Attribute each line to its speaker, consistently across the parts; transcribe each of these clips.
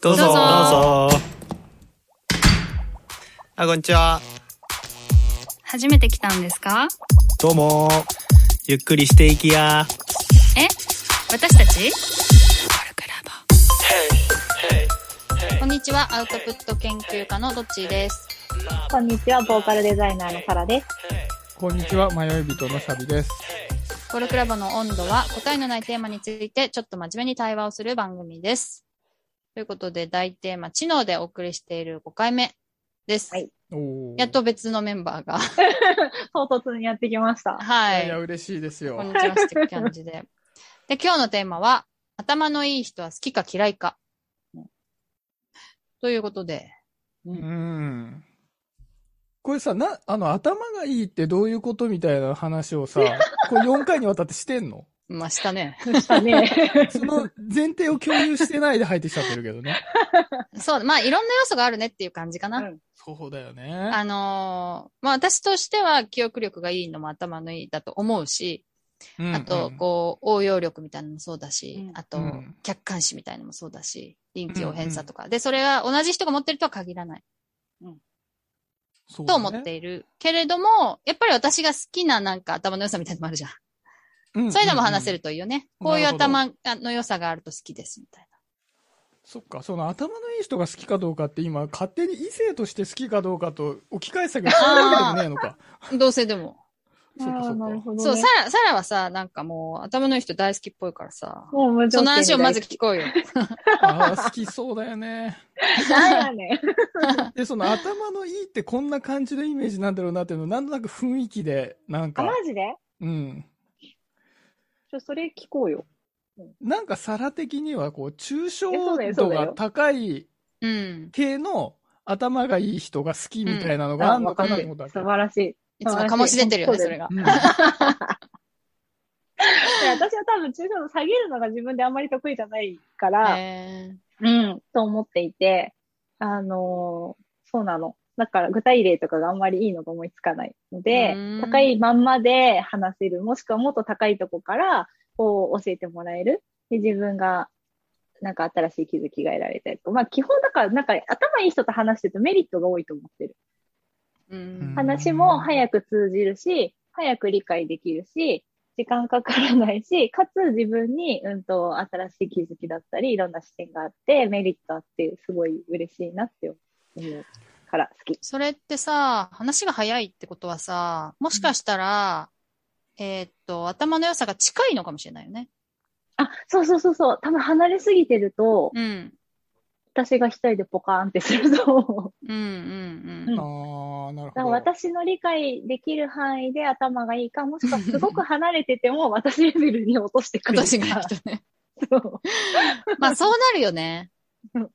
Speaker 1: ど
Speaker 2: ど
Speaker 1: うぞ
Speaker 2: うぞ
Speaker 1: あこんにちは
Speaker 2: 初めて来たんですか
Speaker 1: どうもゆっくりしていきや
Speaker 2: え私たち
Speaker 3: こんにちは、アウトプット研究家のどっちーです。
Speaker 4: こんにちは、ボーカルデザイナーのサラです。
Speaker 5: こんにちは、迷い人のサビです。
Speaker 3: ゴルクラボの温度は答えのないテーマについてちょっと真面目に対話をする番組です。ということで、大テーマ、知能でお送りしている5回目です。
Speaker 4: はい
Speaker 5: おー
Speaker 3: やっ。と別のメンバーが、
Speaker 4: 唐突にやってきました。
Speaker 5: い
Speaker 3: は
Speaker 5: やい
Speaker 3: い
Speaker 5: や、、嬉しいです
Speaker 3: こん
Speaker 5: よ。
Speaker 3: にちはって感じで。で、今日のテーマは、頭のいい人は好きか嫌いか。ということで、
Speaker 5: うん。これさ、な、あの、頭がいいってどういうことみたいな話をさ、これ4回にわたってしてんの
Speaker 3: まあ、したね。
Speaker 4: した ね。
Speaker 5: その前提を共有してないで入ってきちゃってるけどね。
Speaker 3: そう、まあ、いろんな要素があるねっていう感じかな。
Speaker 5: そうだよね。
Speaker 3: あのーまあ、私としては記憶力がいいのも頭のいいだと思うし、
Speaker 5: うんうん
Speaker 3: あと、こう、応用力みたいなのもそうだし、
Speaker 4: うん
Speaker 3: あと
Speaker 5: うん、
Speaker 3: 客観視みたいなのもそうだし、臨機応変さとか。で、それが同じ人が持ってるとは限らない
Speaker 5: そう
Speaker 3: と
Speaker 5: だね
Speaker 3: 思っている。けれども、やっぱり私が好きななんか頭の良さみたいなのもあるじゃん。
Speaker 5: うんうんうん
Speaker 3: そういうのも話せるといいよね。こういう
Speaker 5: なるほど
Speaker 3: 頭の良さがあると好きですみたい
Speaker 5: そっか、その頭のいい人が好きかどうかって今、勝手に異性として好きかどうかと置き換えてたけど、そういうわけでもねえのか。
Speaker 3: な。どうせでも。
Speaker 5: そうか、
Speaker 4: あ
Speaker 5: そ
Speaker 4: ー
Speaker 5: う
Speaker 4: なる
Speaker 5: か。
Speaker 4: ほど、
Speaker 3: そう、
Speaker 4: ね
Speaker 3: サ。ラ、サラはさ、なんかもう頭のいい人大好きっぽいからさ。
Speaker 4: もう無条
Speaker 3: そ
Speaker 4: 件
Speaker 3: の話をまず
Speaker 4: で
Speaker 3: 聞こうよ。
Speaker 5: ああ、好きそうだよね。
Speaker 4: 大好き。なんやねん。
Speaker 5: で、その頭のいいってこんな感じのイメージなんだろうなっていうのを、なんとなく雰囲気で、なん
Speaker 4: あ、
Speaker 5: か
Speaker 4: マ、ジで
Speaker 5: うん。
Speaker 4: ちょ、それ聞こうよ。
Speaker 5: なんか皿的には、こう、抽
Speaker 4: えそうだ
Speaker 5: 象
Speaker 4: よそ
Speaker 5: 度
Speaker 4: うだ
Speaker 5: が
Speaker 4: よ
Speaker 5: 高い
Speaker 3: うん。
Speaker 5: 系の頭がいい人が好きみたいなのがあるのかなと思った
Speaker 4: あ
Speaker 5: わけ
Speaker 4: わかる素晴らしい。
Speaker 3: いつも醸し出てるよね、
Speaker 4: そう
Speaker 3: そ
Speaker 4: だよ
Speaker 3: れが。
Speaker 5: うん
Speaker 4: いや私は多分、抽象度下げるのが自分であんまり得意じゃないから、
Speaker 3: へー
Speaker 4: うん、と思っていて、あのーそうなの。だから、具体例とかがあんまりいいのが思いつかないので
Speaker 3: うーん、
Speaker 4: 高いまんまで話せる、もしくはもっと高いとこから、こう、教えてもらえる。で、自分が、なんか新しい気づきが得られたりとか。まあ、基本だから、なんか、頭いい人と話してるとメリットが多いと思ってる。
Speaker 3: うん
Speaker 4: 話も早く通じるし、早く理解できるし、時間かからないし、かつ自分に、うんと、新しい気づきだったり、いろんな視点があって、メリットあって、すごい嬉しいなって思うから好き。
Speaker 3: それってさ、話が早いってことはさ、もしかしたら、えーっと、頭の良さが近いのかもしれないよね。
Speaker 4: あ、そうそうそうそう。多分離れすぎてると、
Speaker 3: うん。
Speaker 4: 私が一人でポカーンってすると思
Speaker 3: う
Speaker 4: う。
Speaker 3: んうん
Speaker 5: あ
Speaker 3: うん。
Speaker 5: ーなる
Speaker 4: だ
Speaker 5: ほ
Speaker 4: か
Speaker 5: ど。
Speaker 4: ら私の理解できる範囲で頭がいいか、もしくはすごく離れてても私レベルに落としてくれる
Speaker 3: 私
Speaker 4: か
Speaker 3: が人ね。
Speaker 4: そう。
Speaker 3: まあそうなるよね
Speaker 4: うん。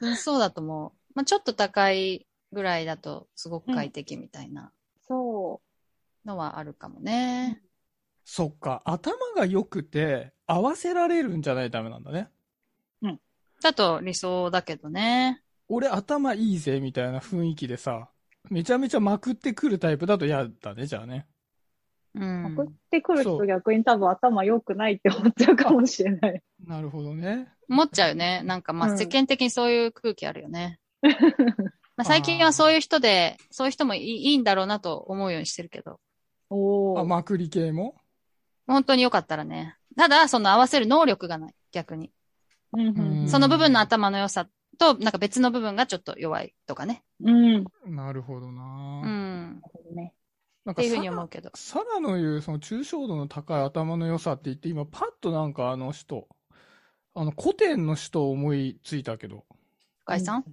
Speaker 3: うん、そうだと思う。まあちょっと高いぐらいだとすごく快適みたいな
Speaker 4: そ
Speaker 3: のはあるかもね。
Speaker 5: そっか、頭が良くて、合わせられるんじゃないとダメなんだね。
Speaker 3: だと理想だけどね。
Speaker 5: 俺頭いいぜ、みたいな雰囲気でさ、めちゃめちゃまくってくるタイプだと嫌だね、じゃあね。
Speaker 3: う
Speaker 4: う。
Speaker 3: ん。
Speaker 4: 送ってくる
Speaker 5: そ
Speaker 4: 人
Speaker 5: う
Speaker 4: 逆に多分頭良くないって思っちゃうかもしれない。
Speaker 5: なるほどね。
Speaker 3: 思っちゃうよね。なんかま
Speaker 4: う
Speaker 3: あ
Speaker 4: ん
Speaker 3: 世間的にそういう空気あるよ ね。まあ最近はそういう人で、そういう人もいいいいんだろうなと思うようにしてるけど、
Speaker 4: お
Speaker 5: あ、まくり系も
Speaker 3: 本当によかったらね。ただ、その合わせる能力がない、逆に。
Speaker 4: うんうん
Speaker 3: その部分の頭の良さと、なんか別の部分がちょっと弱いとかね。
Speaker 4: うん。なる
Speaker 5: なるほどな、
Speaker 3: うん。
Speaker 4: ほどね。
Speaker 5: なん
Speaker 3: って
Speaker 5: か
Speaker 3: いうふう
Speaker 5: さ
Speaker 3: に思うけど。
Speaker 5: サラの言う、その抽象度の高い頭の良さって言って、今パッとなんかあの人、あの古典の人を思いついたけど、
Speaker 3: 深井さん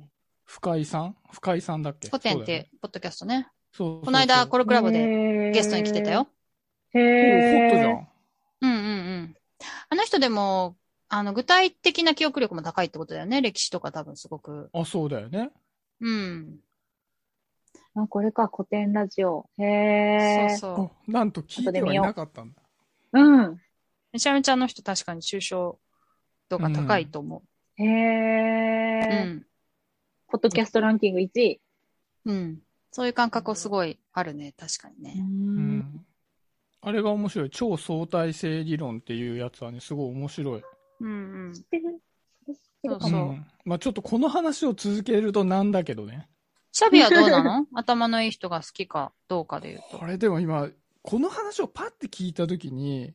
Speaker 5: 深井さん深井さんだっけ
Speaker 3: 古典っ
Speaker 5: そうだよね
Speaker 3: て、ポッドキャストね。
Speaker 5: そうそうそう
Speaker 3: この間、コルクラボで
Speaker 4: で
Speaker 3: ゲストに来てた。よ。
Speaker 4: へ
Speaker 5: お
Speaker 4: え。
Speaker 5: ーホットじゃ
Speaker 4: ん。
Speaker 5: ん。
Speaker 3: うんうんうん。あの人でも、あの、具体的な記憶力も高いってことだよね。歴史とか多分すごく。
Speaker 5: あ、そうだよね。
Speaker 3: うん。
Speaker 4: あ、これか、古典ラジオ。へえ。
Speaker 3: そう
Speaker 4: う
Speaker 3: そう
Speaker 5: あ。なんと聞いてはいなかったんだ。
Speaker 4: うん。
Speaker 3: めちゃめちゃあの人確かに抽象度が高いと思
Speaker 4: へ
Speaker 3: う。う
Speaker 4: え。
Speaker 3: ん。
Speaker 4: ポッドキャストランキング1位。
Speaker 3: うん。そういう感覚をすごいあるね。確かにね。
Speaker 5: う。ん。あれが面白い。超相対性理論っていうやつはね、すごい面白い。
Speaker 3: うんうん。
Speaker 4: 知ってる知ってるか
Speaker 3: そう
Speaker 4: も
Speaker 5: んまあちょっとこの話を続けるとなんだけどね。
Speaker 3: シャビはどうな の頭のいい人が好きかどうかで言うと
Speaker 5: こ。れでも今、この話をパッて聞いたときに、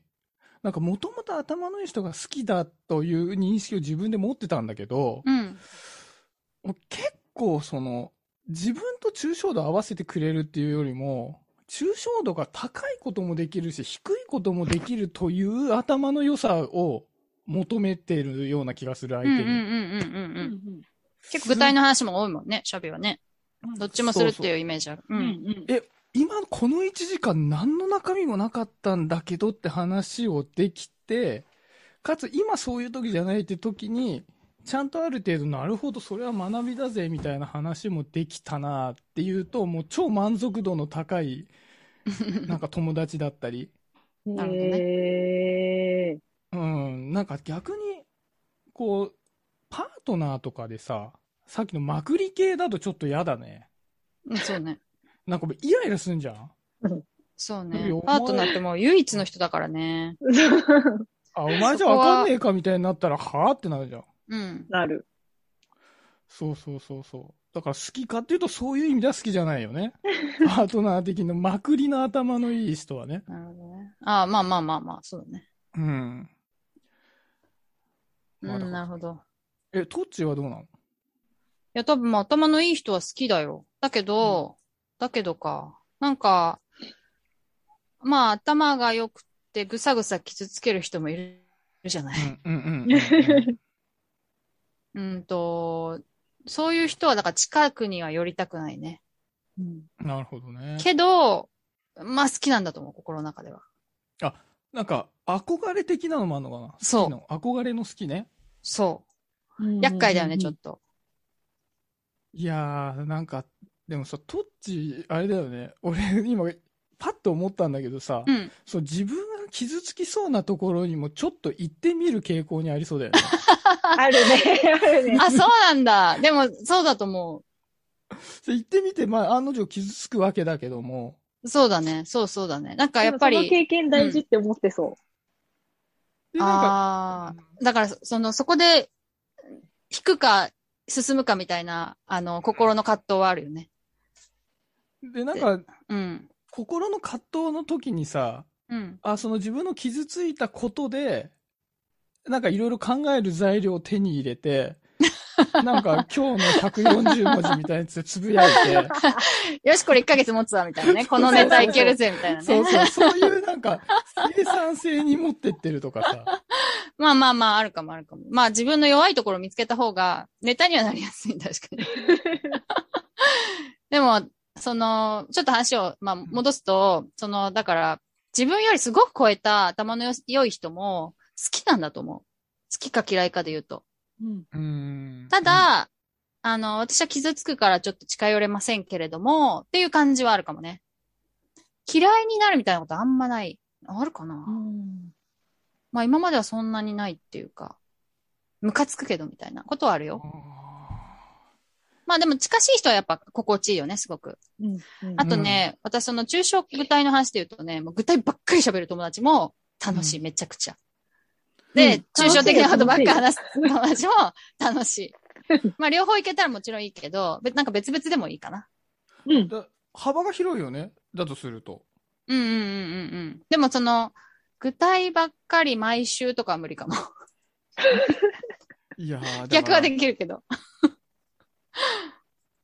Speaker 5: なんかもともと頭のいい人が好きだという認識を自分で持ってたんだけど、
Speaker 3: うん。
Speaker 5: もう結構その、自分と抽象度合わせてくれるっていうよりも、抽象度が高いこともできるし、低いこともできるという頭の良さを求めているような気がする相
Speaker 3: うんうん
Speaker 5: 手
Speaker 3: うんう
Speaker 5: に。
Speaker 3: んうんうん。結構具体の話も多いもんね、シャビはね。どっちもするっていうイメージある。う
Speaker 4: うん
Speaker 3: ん。
Speaker 4: うん
Speaker 5: 今この1時間何の中身もなかったんだけどって話をできて、かつ今そういう時じゃないって時に、ちゃんとある程度なるほどそれは学びだぜみたいな話もできたなっていうと、もう超満足度の高い、なんか友達だったり、
Speaker 4: うん。
Speaker 3: なるほどね
Speaker 4: へー
Speaker 5: うん、なんか逆に、こう、パートナーとかでさ、さっきのまくり系だとちょっと嫌だね。
Speaker 3: そうね。
Speaker 5: なんかもうイライラすんじゃん
Speaker 3: そう
Speaker 5: い
Speaker 3: ね
Speaker 5: やお。
Speaker 3: パ
Speaker 5: 前
Speaker 3: ートナーってもう唯一の人だからね。
Speaker 5: あ、お前じ
Speaker 3: そ
Speaker 5: ゃ
Speaker 3: こは
Speaker 5: わかんねえかみたいになったら、はあってなるじゃん。
Speaker 3: うん。
Speaker 4: なる。
Speaker 5: そうそうそうそう。だから好きかっていうとそういう意味では好きじゃないよ ね。パートナー的なまくりの頭のいい人はね。
Speaker 3: なるほどね。ああ、まあまあまあまあ、そうだね。
Speaker 5: うん。
Speaker 3: う
Speaker 5: まあだか
Speaker 3: ん、
Speaker 5: ら
Speaker 3: なるほど。
Speaker 5: え、トッチーはどうなの
Speaker 3: いや、多分まあ頭のいい人は好きだよ。だけど、だけどか。なんか、まあ頭が良くてぐさぐさ傷つける人もいるじゃない。
Speaker 5: うんうんうんうん。
Speaker 3: うんと、そういう人はだから近くには寄りたくないね。
Speaker 4: うん
Speaker 5: なるほどね。
Speaker 3: けど、まあ好きなんだと思う、心の中では。
Speaker 5: なんか、憧れ的なのもあるのかな
Speaker 3: そう
Speaker 5: 好きなの憧れの好きね。
Speaker 3: そう。厄介だよね、ちょっと。
Speaker 5: いやー、なんか、でもさ、トッチー、あれだよね。俺、今、パッと思ったんだけどさ、
Speaker 3: うん。
Speaker 5: そう、自分が傷つきそうなところにもちょっと行ってみる傾向にありそうだよ ね。
Speaker 4: あるね、あるね。
Speaker 3: あ、そうなんだ。でも、そうだと思
Speaker 5: それ行ってみて、まあ、案の定傷つくわけだけども、
Speaker 3: う。そうだね。そうそうだね。なんかやっぱ
Speaker 4: でもその
Speaker 3: り、
Speaker 4: 経験大事って思ってそ
Speaker 5: で、なんか、
Speaker 3: ああ、だから、その、そこで、引くか、進むかみたいな、あの、心の葛藤はあるよね。
Speaker 5: で、なんか、
Speaker 3: うん。
Speaker 5: 心の葛藤の時にさ、
Speaker 3: うん。
Speaker 5: あ、その自分の傷ついたことで、なんかいろいろ考える材料を手に入れて、 なんか今日の140文字みたいなやつでつぶやい て、
Speaker 3: よし、これ1ヶ月持つわ、みたいなね。このネタいけるぜ、みたいな
Speaker 5: そう
Speaker 3: ね。
Speaker 5: そう、そういうなんか生産性に持ってってるとかさ、
Speaker 3: まあまあまあ、あるかもあるかも。まあ自分の弱いところを見つけた方が、ネタにはなりやすい、確かに。でも、その、ちょっと話を、まあ、戻すと、その、だから、自分よりすごく超えた頭のよ良い人も好きなんだと思う。好きか嫌いかで言うと。
Speaker 4: う。うん
Speaker 5: うん。
Speaker 3: た、だ、あの、私は傷つくからちょっと近寄れませんけれども、っていう感じはあるかもね。嫌いになるみたいなことあんまない。あるかな、まあ今まではそんなにないっていうか、ムカつくけどみたいなことはあるよ。まあでも近しい人はやっぱ心地いいよね、すごく。
Speaker 4: うん
Speaker 3: あとね、私その中小具体の話で言うとね、もう具体ばっかり喋る友達も楽しい、めちゃくちゃ。で、抽象的なことばっかり話す友達も楽 しい。まあ両方いけたらもちろんいいけど、べなんか別々でもいいかな。
Speaker 4: うん。
Speaker 5: だ幅が広いよね。だとすると。
Speaker 3: うんうんうんうんうん。でもその、具体ばっかり毎週とかは無理かも。
Speaker 5: いやーだから
Speaker 3: 逆はできるけど。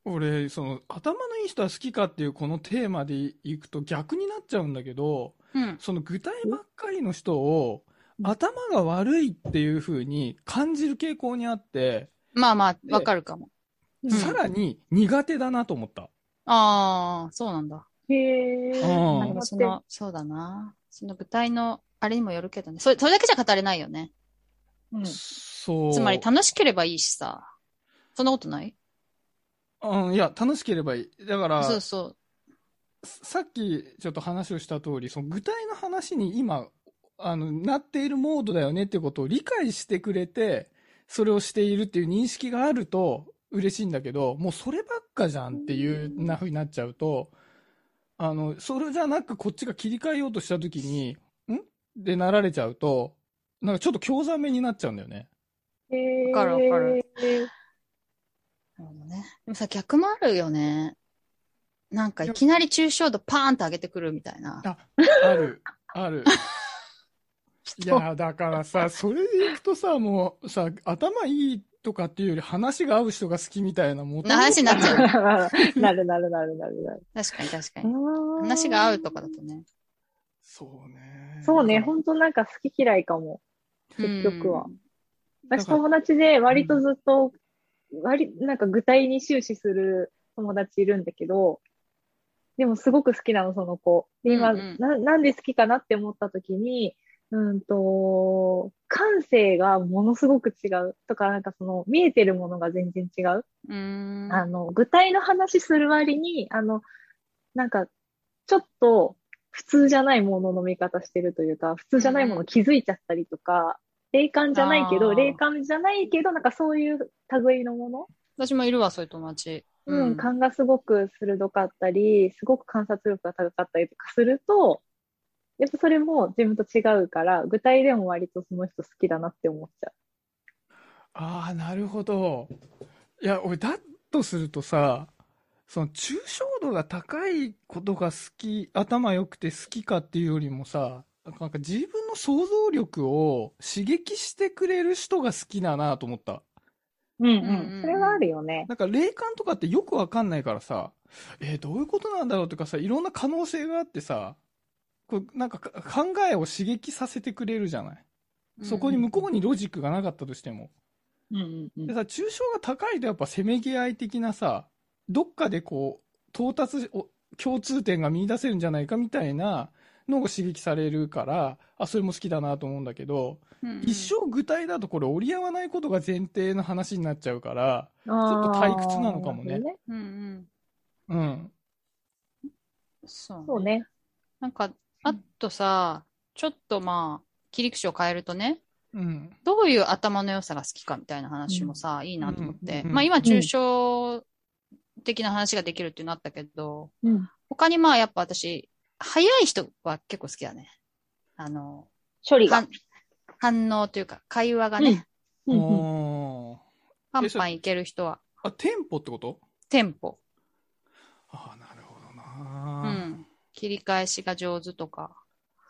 Speaker 5: 俺、その、頭のいい人は好きかっていうこのテーマでいくと逆になっちゃうんだけど、
Speaker 3: うん。
Speaker 5: その具体ばっかりの人を、頭が悪いっていう風に感じる傾向にあって、
Speaker 3: まあまあ、わかるかも。ん
Speaker 5: さらに苦手だなと思った。
Speaker 3: ああ、そうなんだ。
Speaker 4: へー
Speaker 5: うん
Speaker 3: まあでもその、そうだな。その具体の、あれにもよるけどね。それ、それだけじゃ語れないよね。
Speaker 4: うん
Speaker 5: そう。
Speaker 3: つまり楽しければいいしさ。そんなことない
Speaker 5: うん、いや、楽しければいい。だから、
Speaker 3: そうそう。
Speaker 5: さっきちょっと話をした通り、その具体の話に今、あの、なっているモードだよねってことを理解してくれて、それをしているっていう認識があると嬉しいんだけど、もうそればっかじゃんっていうな風になっちゃうと、あの、それじゃなくこっちが切り替えようとした時に、んってなられちゃうと、なんかちょっと興ざめになっちゃうんだよね。
Speaker 4: へー
Speaker 3: わかるわかるでもさ、逆もあるよね。なんかいきなり抽象度パーンと上げてくるみたいな。
Speaker 5: あ、ある、あ る。いや、だからさ、それでいくとさ、もうさ、頭いいとかっていうより話が合う人が好きみたいなもともと
Speaker 3: な話になっちゃう。
Speaker 4: なるなるなるなるなる。
Speaker 3: 確かに確かに。話
Speaker 4: 話
Speaker 3: が合うとかだとね。
Speaker 5: そうね。
Speaker 4: そうね、
Speaker 5: だから
Speaker 4: 本当なんか好き嫌いかも。結局は
Speaker 3: うん。
Speaker 4: 私
Speaker 5: だから
Speaker 4: 友達で割とずっと、割、なんか具体に終始する友達いるんだけど、でもすごく好きなの、その子。で、今、
Speaker 3: うんうん
Speaker 4: な、なんで好きかなって思った時に、うんと、感性がものすごく違うとか、なんかその見えてるものが全然違う。
Speaker 3: うーん。
Speaker 4: あの、具体の話する割に、あの、なんか、ちょっと普通じゃないものの見方してるというか、普通じゃないもの気づいちゃったりとか、霊感じゃないけ
Speaker 3: あ
Speaker 4: ど、
Speaker 3: ー
Speaker 4: 霊感じゃないけど、なんかそういう類のもの、
Speaker 3: 私もいるわ、そういう友達。
Speaker 4: うん、勘がすごく鋭かったり、すごく観察力が高かったりとかすると、やっぱそれも自分と違うから、具体でも割とその人好きだなって思っちゃ
Speaker 5: ああ、なるほど。いや、俺、だとするとさ、その、抽象度が高いことが好き、頭良くて好きかっていうよりもさ、なんか自分の想像力を刺激してくれる人が好きだなと思った。
Speaker 4: う。うん
Speaker 3: んうん
Speaker 4: それはあるよね。
Speaker 5: なんか霊感とかってよくわかんないからさ、えーどういうことなんだろうとかさ、いろんな可能性があってさ、こうなんかか考えを刺激させてくれるじゃない。そこに向こうにロジックがなかったとしても。
Speaker 4: うんうんうん
Speaker 5: でさ、抽象が高いとやっぱせめぎ合い的なさ、どっかでこう、到達、お共通点が見出せるんじゃないかみたいなのを刺激されるから、あ、それも好きだなと思うんだけど、
Speaker 3: うんうん
Speaker 5: 一生具体だとこれ折り合わないことが前提の話になっちゃうから、
Speaker 4: ちょ
Speaker 5: っと退屈なのかもね
Speaker 3: うんうん。
Speaker 5: うん。
Speaker 3: そう
Speaker 4: そうね。
Speaker 3: なんか、あとさ、ちょっとまあ、切り口を変えるとね、
Speaker 5: うん。
Speaker 3: どういう頭の良さが好きかみたいな話もさ、いいなと思って。
Speaker 5: うん
Speaker 3: まあ今、抽象的な話ができるっていうのあったけど、
Speaker 4: うん。
Speaker 3: 他にまあやっぱ私、早い人は結構好きだね。あの、
Speaker 4: 処理が。
Speaker 3: 反反応というか、会話がね、
Speaker 4: うんうん
Speaker 5: おー
Speaker 3: パ
Speaker 5: ん
Speaker 3: ンパンいける人は、
Speaker 5: あ、テンポってこと
Speaker 3: テンポ、
Speaker 5: あーなるほど
Speaker 3: う
Speaker 5: な、
Speaker 3: ん、切り返しが上手とか、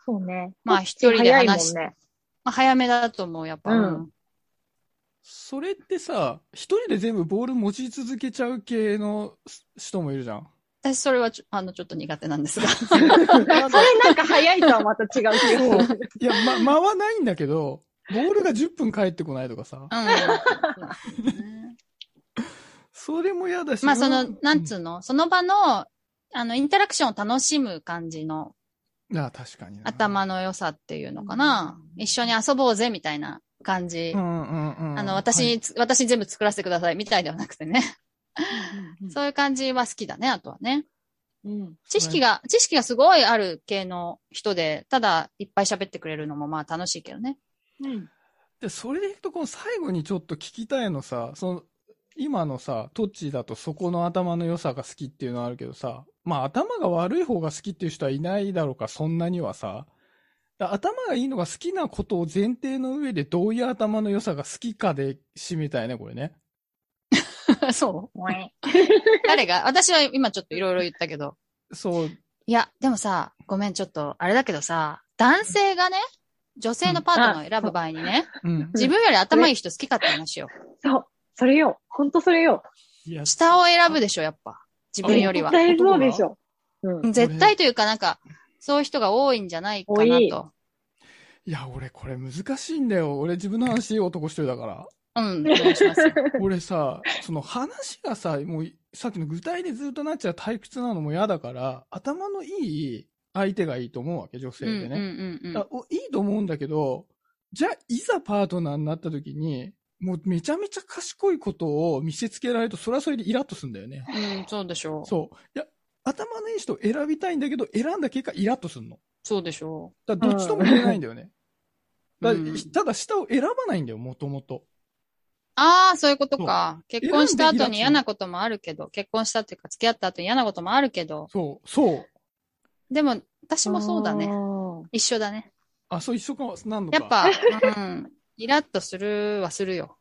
Speaker 4: そうね。
Speaker 3: まあ一人で
Speaker 4: 早いもん
Speaker 3: 話して、
Speaker 4: ね。
Speaker 3: まあ、早めだと思う、やっぱ。
Speaker 4: うん
Speaker 5: それってさ、一人で全部ボール持ち続けちゃう系の人もいるじゃん。
Speaker 3: 私、それはちょ、あの、ちょっと苦手なんですが。
Speaker 4: それなんか早いとはまた違う気がす
Speaker 5: そう
Speaker 4: る。
Speaker 5: いや、 ま、間はないんだけど、ボールが10分返ってこないとかさ、
Speaker 3: うん。
Speaker 5: それも嫌だし。
Speaker 3: まあ、その、なんつうの、その場の、あの、インタラクションを楽しむ感じの
Speaker 5: うん。あ確かにな。
Speaker 3: 頭の良さっていうのかな。一緒に遊ぼうぜ、みたいな感じ。
Speaker 5: うんうんうん。
Speaker 3: あの、
Speaker 5: は
Speaker 3: 私、
Speaker 5: い
Speaker 3: つ私全部作らせてください、みたいではなくてね。 そういう感じは好きだね、あとはね。
Speaker 4: うん
Speaker 3: 知識が、知識がすごいある系の人で、ただいっぱい喋ってくれるのもまあ楽しいけどね。
Speaker 4: うん
Speaker 5: で、それでいくと、この最後にちょっと聞きたいのさ、その、今のさ、トッチーだとそこの頭の良さが好きっていうのはあるけどさ、まあ頭が悪い方が好きっていう人はいないだろうか、そんなにはさ。だ頭がいいのが好きなことを前提の上でどういう頭の良さが好きかで締めたいね、これね。
Speaker 3: そ
Speaker 4: おい。
Speaker 3: う 誰が私は今ちょっといろいろ言ったけど。
Speaker 5: そう、
Speaker 3: いや、でもさ、ごめん、ちょっと、あれだけどさ、男性がね、女性のパートナーを選ぶ場合にね、
Speaker 5: うん。
Speaker 3: 自分より頭いい人好きかって話よ。
Speaker 4: そう。それよ。ほんとそれよ。
Speaker 5: い や、
Speaker 3: 下を選ぶでしょ、やっぱ。自分よりは。
Speaker 4: 絶対そうでしょ。うん。
Speaker 3: 絶対というかなんか、そういう人が多いんじゃないかな
Speaker 4: 多い
Speaker 3: と。
Speaker 5: いや、俺これ難しいんだよ。俺自分の話男一人だから。
Speaker 3: うん、お願いし ますよ。
Speaker 5: 俺さ、その話がさ、もうさっきの具体でずっとなっちゃう退屈なのも嫌だから、頭のいい相手がいいと思うわけ、女性
Speaker 3: うん、うん
Speaker 5: でね。、
Speaker 3: うんうん
Speaker 5: だ。おいいと思うんだけど、じゃあいざパートナーになった時に、もうめちゃめちゃ賢いことを見せつけられると、それはそれでイラッとするんだよね。
Speaker 3: うん、そうでしょう。
Speaker 5: そう。いや、頭のいい人を選びたいんだけど、選んだ結果イラッとするの。
Speaker 3: そうでしょ
Speaker 5: だからどっちとも言えないんだよ ね。だ
Speaker 3: うん
Speaker 5: ただ下を選ばないんだよ、もともと。
Speaker 3: う。ああ、そういうことか。結婚した後
Speaker 5: 選ん
Speaker 3: に
Speaker 5: で
Speaker 3: 嫌なこともあるけど、結婚したっていうか付き合った後に嫌なこともあるけど、
Speaker 5: そう、そう。
Speaker 3: でも、私もそうだ
Speaker 4: あ
Speaker 3: ね。
Speaker 4: ー。
Speaker 3: 一緒だね。
Speaker 5: あ、そう一緒か、なんのか。
Speaker 3: やっぱ、うん。イラッとするはするよ。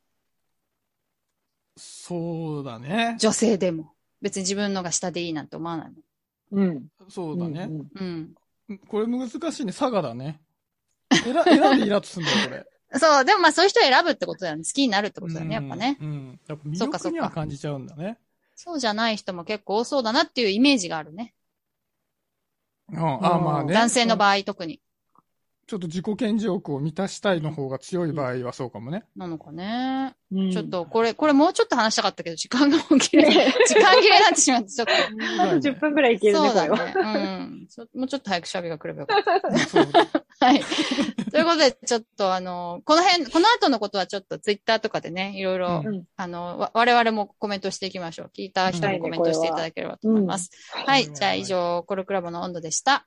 Speaker 5: そうだね。
Speaker 3: 女性でも。別に自分のが下でいいなんて思わないの。
Speaker 4: うん。
Speaker 5: そうだね。
Speaker 4: ん
Speaker 3: うん。
Speaker 5: これ難しいね。佐賀 だね。えら、選んでイラッとすんだよ、これ。
Speaker 3: そう、でもまあそういう人を選ぶってことだよね。好きになるってことだよね、やっぱね。
Speaker 5: うん。うん。やっぱ魅
Speaker 3: そっかそ
Speaker 5: 力
Speaker 3: っか
Speaker 5: には感じちゃうんだね。
Speaker 3: そうじゃない人も結構多そうだなっていうイメージがあるね。
Speaker 5: うん。あ、まあね。
Speaker 3: 男性の場合特に。
Speaker 5: ちょっと自己顕示欲を満たしたいの方が強い場合はそうかもね。
Speaker 3: なのかね。
Speaker 4: うん
Speaker 3: ちょっ と、これ、これもうちょっと話したかったけど、時間がもう切れ、 時間切れになってしまって、ちょっと。
Speaker 4: あと10分ぐらいいけるね、
Speaker 3: そう
Speaker 4: これは。
Speaker 3: だね。うんそ。もうちょっと早く喋りが来ればよかっ
Speaker 5: そうだ
Speaker 3: た。はい。ということで、ちょっとあの、この辺、この後のことはちょっとツイッターとかでね、いろいろ、
Speaker 5: うん
Speaker 3: あの、わ我々もコメントしていきましょう。聞いた人もコメントしていただければと思います。は
Speaker 5: う
Speaker 3: い。
Speaker 5: ん
Speaker 3: じゃあ以上、コルクラボの温度でした。